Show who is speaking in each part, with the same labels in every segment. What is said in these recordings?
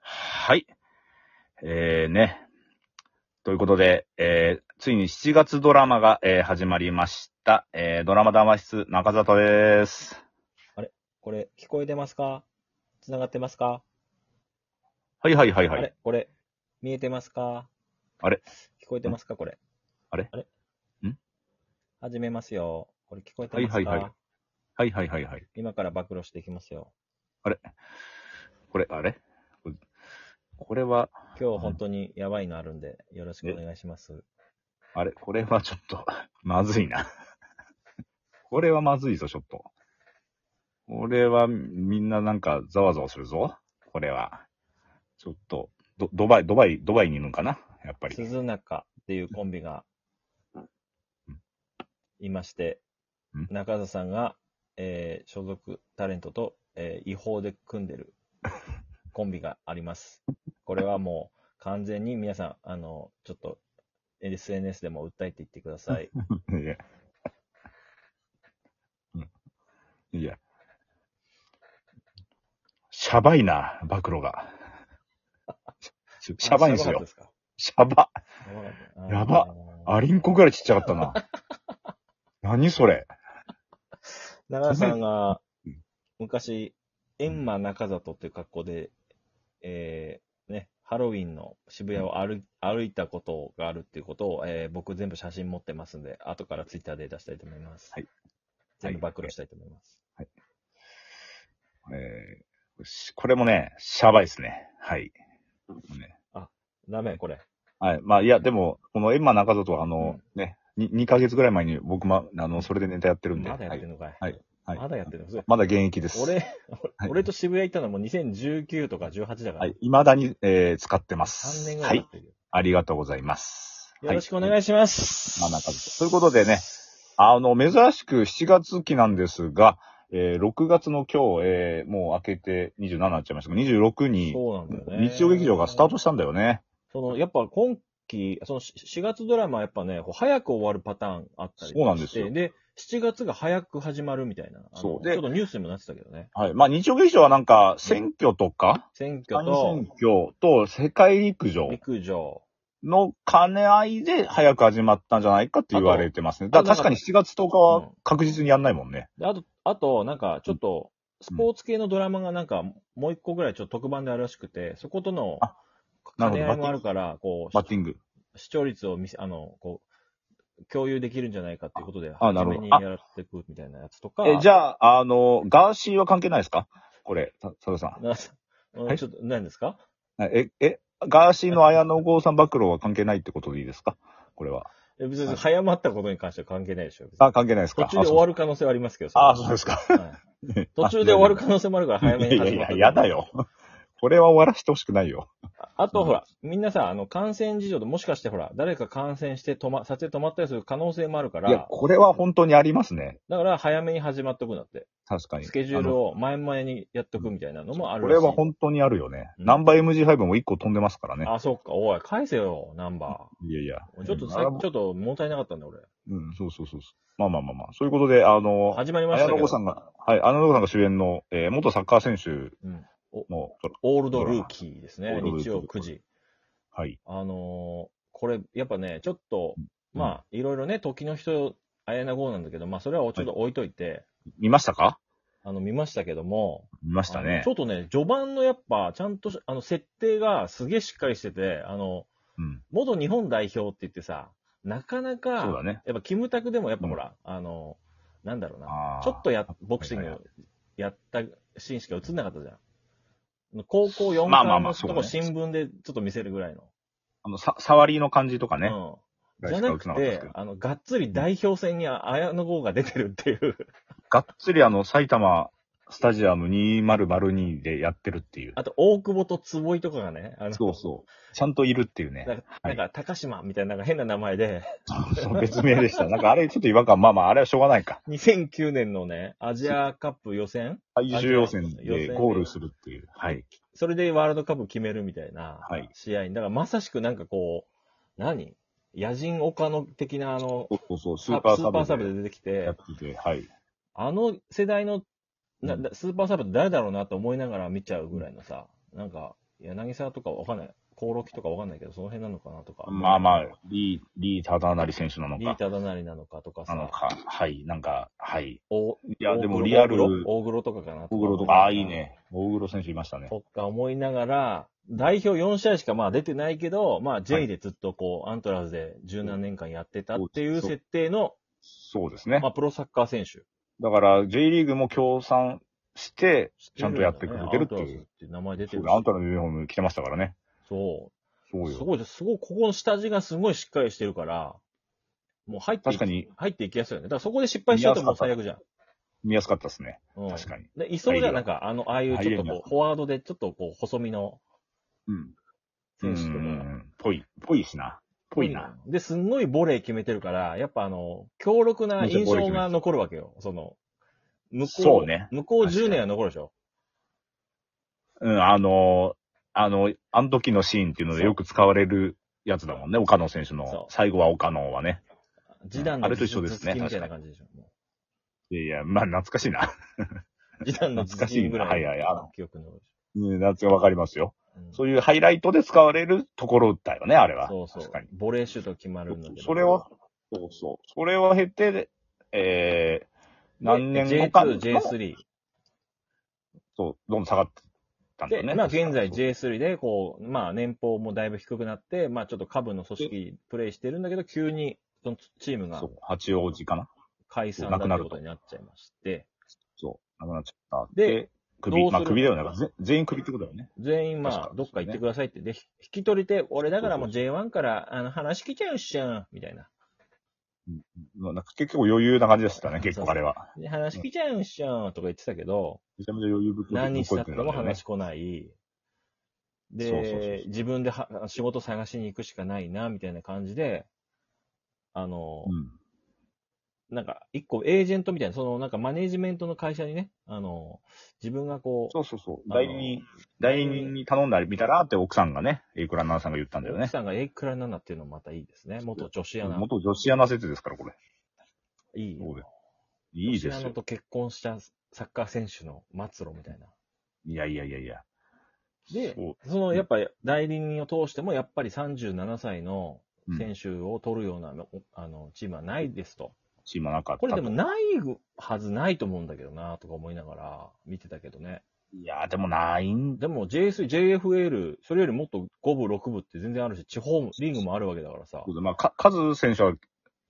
Speaker 1: はい。えー、ね。ということで、えー、ついに7月ドラマが、えー、始まりました。えー、ドラマ談話室、中里です。
Speaker 2: これ、聞こえてますか繋がってますか、
Speaker 1: はいはいはいは
Speaker 2: あ
Speaker 1: い。
Speaker 2: れこれ、見えてますか
Speaker 1: あれ
Speaker 2: 聞こえてますかこれ。
Speaker 1: あれ
Speaker 2: あれ
Speaker 1: ん
Speaker 2: 始めますよ。これ聞こえてますか、
Speaker 1: はいはいはいはいはいはいはい。
Speaker 2: 今から暴露していきますよ。
Speaker 1: これ、あれこれこれは、
Speaker 2: 今日本当にやばいのあるんで、よろしくお願いします。
Speaker 1: あれこれはちょっと、まずいな。これはまずいぞ、ちょっと。これは、みんななんか、ざわざわするぞ。これは。ちょっと、ド、ドバイ、ドバイ、ドバイにいるんかなやっぱり。
Speaker 2: 鈴中っていうコンビが
Speaker 1: うん、
Speaker 2: いまして
Speaker 1: うん、
Speaker 2: 中田さんが、えー所属タレントと、えー違法で組んでるコンビがあります。これはもう完全に皆さん、あの、ちょっと SNS でも訴えていってくだ さい。
Speaker 1: いや。うんいや。シャバいな、暴露 が。ししゃばいんすよ
Speaker 2: あ。。
Speaker 1: シャバ。
Speaker 2: シャバかったですか
Speaker 1: やば。アリンコぐらいちっちゃかったな。 何それ。
Speaker 2: 長田さんが
Speaker 1: うん、
Speaker 2: 昔、エンマ中里っていう格好で、えーね、ハロウィンの渋谷を歩歩いたことがあるっていうことを、えー僕全部写真持ってますんで、後からツイッターで出したいと思います。
Speaker 1: はい。
Speaker 2: 全部暴露したいと思います。
Speaker 1: えーしこれもね、シャバいですね。はい。ね
Speaker 2: ダメ、これ。
Speaker 1: はい。まあ、いや、でも、このエンマ中里は、あの、ね、に2ヶ月ぐらい前に僕も、あの、それでネタやってるんで。
Speaker 2: まだやって
Speaker 1: る。
Speaker 2: んのかい。
Speaker 1: はいはい
Speaker 2: まだやってんのそれ
Speaker 1: まだ現役です。
Speaker 2: 俺、
Speaker 1: はい
Speaker 2: 俺と渋谷行ったのも2019とか18だか
Speaker 1: は
Speaker 2: ら。
Speaker 1: い。未だに、えー使ってます。
Speaker 2: 3年ぐ
Speaker 1: は
Speaker 2: らい
Speaker 1: い
Speaker 2: やっ。てるよ。
Speaker 1: ありがとうございます。
Speaker 2: よろしくお
Speaker 1: は
Speaker 2: 願いします。
Speaker 1: まあなんかということでね。あの、珍しく7月期なんですが、えー6月の今日、えーもう明けて27になっちゃいましたが、26に、
Speaker 2: そうなんだよね。
Speaker 1: 日曜劇場がスタートしたんだよね。
Speaker 2: その、やっぱ今期、そのし4月ドラマはやっぱね、こう早く終わるパターンあったりとかして
Speaker 1: そうなんですよ
Speaker 2: で、7月が早く始まるみたいな。あの
Speaker 1: そうで
Speaker 2: ちょっとニュースにもなってたけどね。
Speaker 1: はい。まあ日曜劇場はなんか、選挙とか、
Speaker 2: 選挙
Speaker 1: 参議
Speaker 2: と
Speaker 1: 選挙と世界陸上
Speaker 2: 陸上。
Speaker 1: の兼ね合いで早く始まったんじゃないかって言われてますね。だから確かに7月10日は確実にやんないもんね。
Speaker 2: で、あと、あと、なんかちょっと、スポーツ系のドラマがなんか、もう一個ぐらいちょっと特番であるらしくて、そことの
Speaker 1: あ、な
Speaker 2: 兼
Speaker 1: るほど
Speaker 2: ね合いもあるから、こ
Speaker 1: バッティング。
Speaker 2: う、視聴率を見せ、あの、こう、共有できるんじゃないかっていうことで、
Speaker 1: あなるほど
Speaker 2: 初めにやっていくみたいなやつとか。
Speaker 1: え、じゃあ、あの、ガーシーは関係ないですかこれ、さ、佐藤さん。
Speaker 2: なさ うん
Speaker 1: はい
Speaker 2: ちょっと、何ですか
Speaker 1: え、え、ガーシーの綾野剛さん暴露は関係ないってことでいいですかこれは。
Speaker 2: え別
Speaker 1: は
Speaker 2: に
Speaker 1: い
Speaker 2: 早まったことに関しては関係ないでしょ。別に
Speaker 1: あ、関係ないです
Speaker 2: 途
Speaker 1: か
Speaker 2: 中で終わる可能性はありますけど。
Speaker 1: あそうですか。
Speaker 2: れははい
Speaker 1: る
Speaker 2: 途中で終わる可能性もあるから早めに
Speaker 1: いや
Speaker 2: 始
Speaker 1: い
Speaker 2: まった
Speaker 1: や、やだ。よ。これは終わらせてほしくないよ。
Speaker 2: ああとほら、みんなさ、あの、感染事情でもしかしてほら、誰か感染して止ま、撮影止まったりする可能性もあるか
Speaker 1: いや、
Speaker 2: ら、
Speaker 1: これは本当にありますね。
Speaker 2: だから早めに始まっとくんだって。
Speaker 1: 確かに。
Speaker 2: スケジュー
Speaker 1: あ
Speaker 2: ル
Speaker 1: の
Speaker 2: を前々にやっとくみたいなのもある
Speaker 1: こ
Speaker 2: らし
Speaker 1: れ
Speaker 2: い。
Speaker 1: は本当にあるよね。
Speaker 2: うん
Speaker 1: ナンバー MG5 も1個飛んでますからね。
Speaker 2: あ、そっか。おい、返せよ、ナンバ
Speaker 1: いやいや
Speaker 2: ー。。ちょっと
Speaker 1: う
Speaker 2: さ
Speaker 1: ん
Speaker 2: ちょっと物足りなかったんだ、俺。
Speaker 1: うん、そうそうそうそう。まあまあまあまあ。そういうことで、あの、
Speaker 2: 始まりまし
Speaker 1: 綾
Speaker 2: た
Speaker 1: 野
Speaker 2: け
Speaker 1: 剛さん
Speaker 2: ど。
Speaker 1: が、はい、綾野剛さんが主演の、えー元サッカー選手
Speaker 2: うん
Speaker 1: の、
Speaker 2: オールドルーキーです
Speaker 1: オー
Speaker 2: ね。
Speaker 1: ルドルーキー
Speaker 2: 日曜9時。
Speaker 1: はい。
Speaker 2: あのーこれ、やっぱね、ちょっと、
Speaker 1: うん
Speaker 2: まあ、いろいろね、時の人、綾野剛なんだけど、まあ、それはちょっと置いといて、
Speaker 1: 見ましたか
Speaker 2: あの、見ましたけども、
Speaker 1: 見ました
Speaker 2: あの
Speaker 1: ね
Speaker 2: ちょ。っとね、序盤のやっぱ、ちゃんとし、あの、設定がすげえしっかりしてて、あの、
Speaker 1: うん。
Speaker 2: 元日本代表って言ってさ、なかなか、
Speaker 1: そうだね。
Speaker 2: やっぱ、キムタクでもやっぱほら、あの、なんだろうな、
Speaker 1: あー
Speaker 2: ちょっとや、ボクシン
Speaker 1: はいは
Speaker 2: グやったシーンしか映んなかったじゃん。高校4
Speaker 1: まあまあ
Speaker 2: 巻
Speaker 1: まあ
Speaker 2: の
Speaker 1: そ
Speaker 2: と
Speaker 1: うね
Speaker 2: こ新聞でちょっと見せるぐらいの。
Speaker 1: あの、さ、触りの感じとかね。
Speaker 2: うん。
Speaker 1: ぐ
Speaker 2: じ
Speaker 1: らい
Speaker 2: ゃ
Speaker 1: しか
Speaker 2: な
Speaker 1: 映らかっ
Speaker 2: く
Speaker 1: たです
Speaker 2: て
Speaker 1: けど、
Speaker 2: あの、がっつり代表戦にあ綾野剛が出てるっ ていう。
Speaker 1: がっつりあの、埼玉スタジアム2002でやってるっていう。
Speaker 2: あと、大久保と坪井とかがね、あの、
Speaker 1: そうそう。ちゃんといるっていうね。
Speaker 2: なんか、
Speaker 1: は
Speaker 2: ないんか高島みたいななんか変な名前で、
Speaker 1: そう別名でした。なんかあれちょっと違和感。まあまあ、あれはしょうがないか。
Speaker 2: 2009年のね、アジアカップ予選
Speaker 1: 最終予選
Speaker 2: 予選
Speaker 1: でゴールするっていう。はい。
Speaker 2: それでワールドカップ決めるみたいな
Speaker 1: はい
Speaker 2: 試合に。だからまさしくなんかこう、何野人岡野的なあの、
Speaker 1: そうそうそう、ス
Speaker 2: サ
Speaker 1: ー
Speaker 2: ブ
Speaker 1: パ
Speaker 2: スーパー
Speaker 1: ー
Speaker 2: サ
Speaker 1: サ
Speaker 2: ブ
Speaker 1: ブ
Speaker 2: で
Speaker 1: で
Speaker 2: 出てき
Speaker 1: や
Speaker 2: て
Speaker 1: っ、てて、はい。
Speaker 2: あの世代のな
Speaker 1: うん
Speaker 2: だスーパーサブって誰だろうなと思いながら見ちゃうぐらいのさ、なんか、柳沢とかわかんない、コオロキとかわかんないけど、その辺なのかなとか。
Speaker 1: まあまあ、リー、リー・タダーナリ選手なの
Speaker 2: リー
Speaker 1: か、
Speaker 2: タだなりなのかとか
Speaker 1: なのか、
Speaker 2: さ、
Speaker 1: はい、なんか、はい。
Speaker 2: お
Speaker 1: いや、
Speaker 2: 大
Speaker 1: でも
Speaker 2: 黒
Speaker 1: リアル、
Speaker 2: 大黒大黒とかかな
Speaker 1: 大黒とか、ああー、いい。ね。大黒選手いましたね。
Speaker 2: とか思いながら、代表4試合しかまあ出てないけど、まあ J でずっとこう、アントラーズで十何年間やってたっていう設定の、
Speaker 1: そうですね
Speaker 2: ま。あプロサッカー選手。
Speaker 1: だから、J リーグも協賛して、ちゃんとやってくれてるって
Speaker 2: アントラ
Speaker 1: い
Speaker 2: ーズ
Speaker 1: う。
Speaker 2: って名前出て
Speaker 1: そう
Speaker 2: る
Speaker 1: だあんたのユニフォーム着てましたからね。
Speaker 2: そ。
Speaker 1: そうう
Speaker 2: す
Speaker 1: よ。
Speaker 2: ごい、すごい、ここの下地がすごいしっかりしてるから、もう入っていき
Speaker 1: 確かに
Speaker 2: 入っていきやすいよね。だからそこで失敗しちゃうともう最悪じゃん。
Speaker 1: 見やすかったですね。
Speaker 2: うん、
Speaker 1: 確かに。
Speaker 2: で、いそうじゃん、なんか、あの、ああいうちょっと
Speaker 1: 入れる
Speaker 2: こ
Speaker 1: や
Speaker 2: う、
Speaker 1: つ
Speaker 2: フォワードでちょっとこう、細身の
Speaker 1: うん。う
Speaker 2: 選手とかが。
Speaker 1: ん。ぽい。ぽいしな。ぽいな。。
Speaker 2: で、すんごいボレー決めてるから、やっぱあの、強力な印象が残るわけよ。その、向こう、
Speaker 1: そうね
Speaker 2: 向こう10年は残るでしょ。
Speaker 1: うん、あのーあの、あの時のシーンっていうのでよく使われるやつだもんね。岡野選手
Speaker 2: そう
Speaker 1: の。最後は岡野はね。
Speaker 2: 時短
Speaker 1: あ
Speaker 2: の
Speaker 1: れと
Speaker 2: 頭
Speaker 1: 一緒ですね
Speaker 2: 突きみたいな感じでしょ。も
Speaker 1: いやいや、まあ懐かしいな。
Speaker 2: う時短の頭突きぐら
Speaker 1: 懐かし
Speaker 2: いの。
Speaker 1: いなはいはいあの
Speaker 2: 記憶の。う
Speaker 1: うん、懐かわかりますよ。
Speaker 2: ん
Speaker 1: そういうハイライトで使われるところだよね、あれは。
Speaker 2: そうそう
Speaker 1: 確かに。。
Speaker 2: ボレーシュート決まるので。
Speaker 1: それを、そうそう。それを経て、えー、
Speaker 2: で、
Speaker 1: 何年後かの
Speaker 2: J2、J3。
Speaker 1: そう、どんどん下がってたんだ
Speaker 2: で、
Speaker 1: よね。
Speaker 2: まあ現在
Speaker 1: そう
Speaker 2: J3 で、こう、まあ年俸もだいぶ低くなって、まあちょっと下部の組織プレイしてるんだけど、急にそのチームが
Speaker 1: そう、八王子かな。
Speaker 2: 解散
Speaker 1: な
Speaker 2: だ
Speaker 1: く
Speaker 2: とい
Speaker 1: な
Speaker 2: う
Speaker 1: ると
Speaker 2: ことになっちゃいまして、
Speaker 1: そう、なくなっちゃった。
Speaker 2: で、どう
Speaker 1: 首、
Speaker 2: する
Speaker 1: まあ首だよね。ぜ全員首ってことだよね。
Speaker 2: 全員まあ
Speaker 1: 確かに
Speaker 2: どっか行ってくださいって、で、ひ引き取り手、俺だからもう
Speaker 1: そ
Speaker 2: J1 からあの話来ちゃうっしょみたいな。
Speaker 1: まあなんか結構余裕な感じでしたね、結
Speaker 2: そ
Speaker 1: 構
Speaker 2: うそう
Speaker 1: あれは。
Speaker 2: で話来ちゃうっしょとか言ってたけど、
Speaker 1: めちゃめちゃ余裕ぶっこいて
Speaker 2: 何したって
Speaker 1: ぶこ
Speaker 2: も
Speaker 1: いてたんだよね
Speaker 2: 話来ない。
Speaker 1: そうそうそう
Speaker 2: で
Speaker 1: そ、う
Speaker 2: 自分では仕事探しに行くしかないな、みたいな感じで、あの、
Speaker 1: うん。
Speaker 2: なんか、一個エージェントみたいな、その、なんかマネージメントの会社にね、あの、自分がこう、
Speaker 1: そうそうそう。
Speaker 2: あの
Speaker 1: 代理人、代理人に頼んだり見たらって奥さんがね、エイクランナーさんが言ったんだよ
Speaker 2: 奥
Speaker 1: ね。
Speaker 2: さんがエイクラナナっていうのもまたいいですね。元女子アナ。
Speaker 1: 元女子アナ説ですから、これ。
Speaker 2: いいよ。
Speaker 1: そうだよいいで
Speaker 2: 女子
Speaker 1: す
Speaker 2: アナ
Speaker 1: よ。
Speaker 2: と結婚したサッカー選手の末路みたいな。
Speaker 1: いやいやいやいや。
Speaker 2: で
Speaker 1: そう、
Speaker 2: その、やっぱり代理人を通しても、やっぱり37歳の
Speaker 1: うん
Speaker 2: 選手を取るような、あの、チームはないですと。
Speaker 1: チームはなかった。
Speaker 2: ことれでもないはずないと思うんだけどな、とか思いながら見てたけどね。
Speaker 1: いや、でもないんだ。
Speaker 2: でも JS、JFL、それよりもっと5部、6部って全然あるし、地方もリーグもあるわけだからさ、
Speaker 1: まあ、かカズ選手は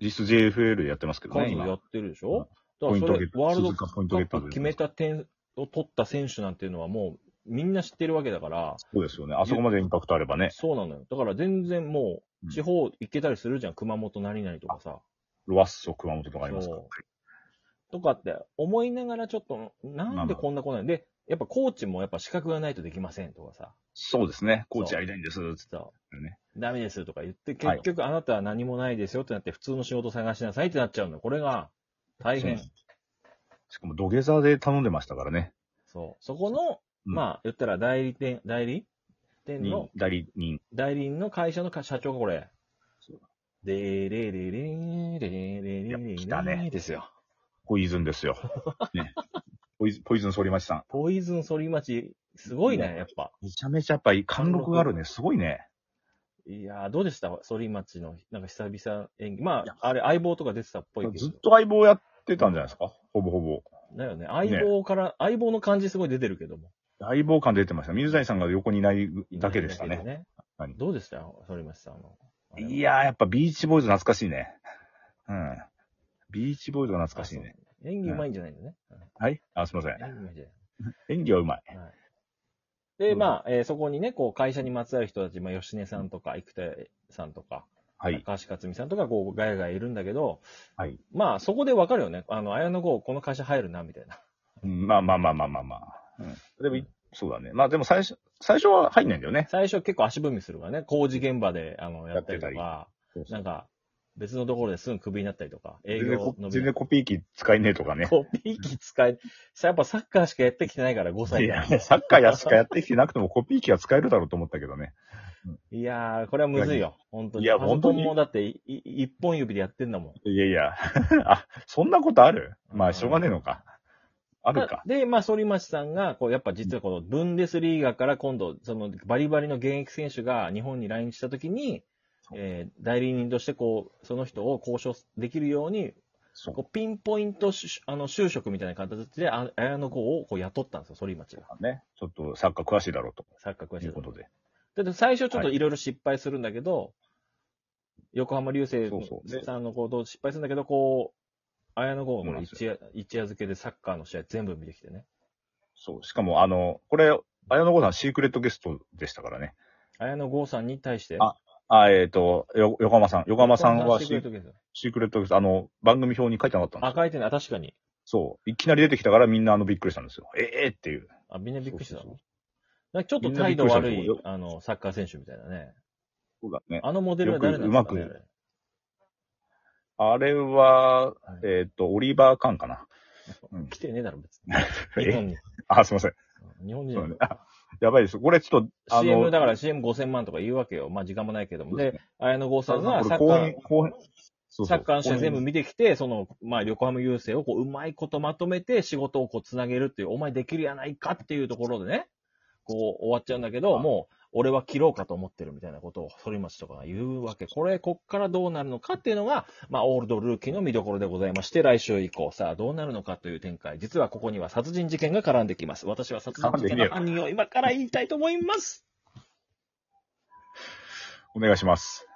Speaker 1: 実質 JFL でやってますけど
Speaker 2: 数
Speaker 1: ね、今
Speaker 2: や。ってるでしょ、
Speaker 1: ポイ
Speaker 2: だ
Speaker 1: ン
Speaker 2: か
Speaker 1: ト
Speaker 2: らそ
Speaker 1: ゲ
Speaker 2: れ
Speaker 1: ッ、ト、
Speaker 2: ワールド
Speaker 1: 鈴
Speaker 2: カ
Speaker 1: 鹿ポイントゲ
Speaker 2: ッ
Speaker 1: ッター
Speaker 2: プ
Speaker 1: で
Speaker 2: 決めた点を取った選手なんていうのはもうみんな知ってるわけだから、
Speaker 1: そうですよね。あそこまでインパクトあればね。
Speaker 2: そうなのよ。だから全然も
Speaker 1: う
Speaker 2: う、
Speaker 1: ん
Speaker 2: 地方行けたりするじゃん、熊本何々とかさ。
Speaker 1: ロワッソ、熊本とかありますから。
Speaker 2: そうとかって思いながらちょっと、なんでこんな来ないで、やっぱコーチもやっぱ資格がないとできませんとかさ、
Speaker 1: そうですね。コーチやりたいんです。つっ
Speaker 2: そう
Speaker 1: てね。
Speaker 2: ダメですとか言って、
Speaker 1: はい
Speaker 2: 結局あなたは何もないですよってなって、普通の仕事探しなさいってなっちゃうの。これが、大変。
Speaker 1: そうしかも土下座で頼んでましたからね。
Speaker 2: そう。そこの、
Speaker 1: うん
Speaker 2: まあ、言ったら代理店、代理店の
Speaker 1: に、代理人。
Speaker 2: 代理人の会社のか社長がこれ
Speaker 1: そう。
Speaker 2: でーれーれーれーれーれーれーれ
Speaker 1: いや
Speaker 2: ー
Speaker 1: 来たね
Speaker 2: ですよ。
Speaker 1: ポイズン ですよ。ね。ポイズン、ポイズン反町さん。
Speaker 2: ポイズン反町、すごいね、
Speaker 1: うん
Speaker 2: やっぱ。
Speaker 1: めちゃめちゃやっぱり貫禄がある ね。すごいね。
Speaker 2: いやー、どうでした反町の、なんか久々演技。ま
Speaker 1: いや
Speaker 2: あ、あれ、相棒とか出てたっぽいけど
Speaker 1: ずっ。と相棒やってたんじゃないですか。ほぼほぼ。
Speaker 2: だよね。相棒から、相棒の感じすごい出てるけども。
Speaker 1: 相棒感出てました。水谷さんが横にいないだけでしたね。はい
Speaker 2: どうでした反町さんの。あれはい
Speaker 1: やー、やっぱビーチボーイズ懐かしいね。うん。ビーチボーイズが懐かしいね。。
Speaker 2: そう演技うまいんじゃないんだね。
Speaker 1: はいあ、すいません
Speaker 2: うん。演技うまいんじゃ
Speaker 1: 演技はうまい。
Speaker 2: ない。はいで、
Speaker 1: うん
Speaker 2: まあ、えーそこにね、こう、会社にまつわる人たち、まあ、吉根さんとか、生田さんとか、
Speaker 1: はい。
Speaker 2: 高橋克実さんとか、こう、ガヤガヤいるんだけど、
Speaker 1: はい。
Speaker 2: まあ、そこでわかるよね。あの、綾野剛、この会社入るな、みたいな。
Speaker 1: うん、まあまあまあまあまあまあ。うん。でも、そうだね。まあでも最初、最初は入んないんだよね。
Speaker 2: 最初結構足踏みするからね、工事現場で、あの、やったりとか、
Speaker 1: そうそう
Speaker 2: なんか、別のところですぐクビになったりとか、営
Speaker 1: 全然
Speaker 2: 業
Speaker 1: こ
Speaker 2: の
Speaker 1: 全然コピー機使えねえとかね。
Speaker 2: コピー機使え、さ、やっぱサッカーしかやってきてないから5歳
Speaker 1: い
Speaker 2: から
Speaker 1: や、サッカーやしかやってきてなくてもコピー機は使えるだろうと思ったけどね。
Speaker 2: いやー、これはむずいよ。本当に。
Speaker 1: いや本当に
Speaker 2: パソコンもだってい、い一本指でやってんだもん。
Speaker 1: いやいや。あ、そんなことあるまあ、しょうがねえのか。あるか。
Speaker 2: で、まあ、反町さんが、こう、やっぱ実はこのブンデスリーガから今度、そのバリバリの現役選手が日本に来日した時に
Speaker 1: そ、う
Speaker 2: えー代理人としてこう、その人を交渉できるように、
Speaker 1: そう
Speaker 2: こうピンポイントしあの就職みたいな形で、あ綾野剛をこう雇ったんですよ、反町が。
Speaker 1: だね。ちょっとサッカー詳しいだろうと
Speaker 2: 錯覚はし
Speaker 1: い
Speaker 2: て
Speaker 1: う
Speaker 2: た
Speaker 1: こ
Speaker 2: だ
Speaker 1: とで。
Speaker 2: って最初ちょっといろいろ失敗するんだけど、横浜流星
Speaker 1: そうそうで
Speaker 2: さんの行動失敗するんだけど、こう、綾野剛がもう一
Speaker 1: そ
Speaker 2: 夜一夜漬けでサッカーの試合全部見てきてね。
Speaker 1: そう。しかも、あの、これ、綾野剛さんシークレットゲストでしたからね。
Speaker 2: 綾野剛さんに対して、
Speaker 1: ああ、えっ、と、よ横浜さん。横浜さんは
Speaker 2: シ
Speaker 1: シ
Speaker 2: ー
Speaker 1: ー
Speaker 2: クレットゲスト
Speaker 1: シークレットゲスト、あの、番組表に書いてなかったんです
Speaker 2: あ、
Speaker 1: よ。
Speaker 2: 書いてない。確かに。
Speaker 1: そう。いきなり出てきたからみんなあのびっくりしたんですよ。ええっていう。
Speaker 2: あ、みんなびっくりした
Speaker 1: そうそう
Speaker 2: の。なんかちょっと態度悪
Speaker 1: みんなびっくり
Speaker 2: い
Speaker 1: したと思、
Speaker 2: あの、サッカー選手みたいなね。
Speaker 1: そうだね。
Speaker 2: あのモデルは誰なんですかね
Speaker 1: よくうまあれは、
Speaker 2: あれはい
Speaker 1: えっ、と、オリバーカンかな。うん
Speaker 2: 来てねえだろ、別に。日
Speaker 1: え
Speaker 2: 本に。
Speaker 1: あ、すいません。
Speaker 2: 日本
Speaker 1: そ
Speaker 2: 人
Speaker 1: うね。あやばいです。これちょっと、あ
Speaker 2: CM、だから CM5000 万とか言うわけよ。まあ時間もないけども。で、綾野剛さん
Speaker 1: こ
Speaker 2: が
Speaker 1: れ
Speaker 2: サッカ
Speaker 1: 後
Speaker 2: ー
Speaker 1: 編、、後編。そうそう
Speaker 2: サッカーの試合全
Speaker 1: 後
Speaker 2: 部
Speaker 1: 編
Speaker 2: 見てきて、その、まあ、横浜優勢をこう、うまいことまとめて仕事をこう、つなげるっていう、お前できるやないかっていうところでね、こう、終わっちゃうんだけど、
Speaker 1: はい
Speaker 2: もう、俺は切ろうかと思ってるみたいなことを、反町とかが言うわけ。これ、こっからどうなるのかっていうのが、まあ、オールドルーキーの見どころでございまして、来週以降、さあ、どうなるのかという展開。実はここには殺人事件が絡んできます。私は殺人事件の犯人を今から言いたいと思います。
Speaker 1: お願いします。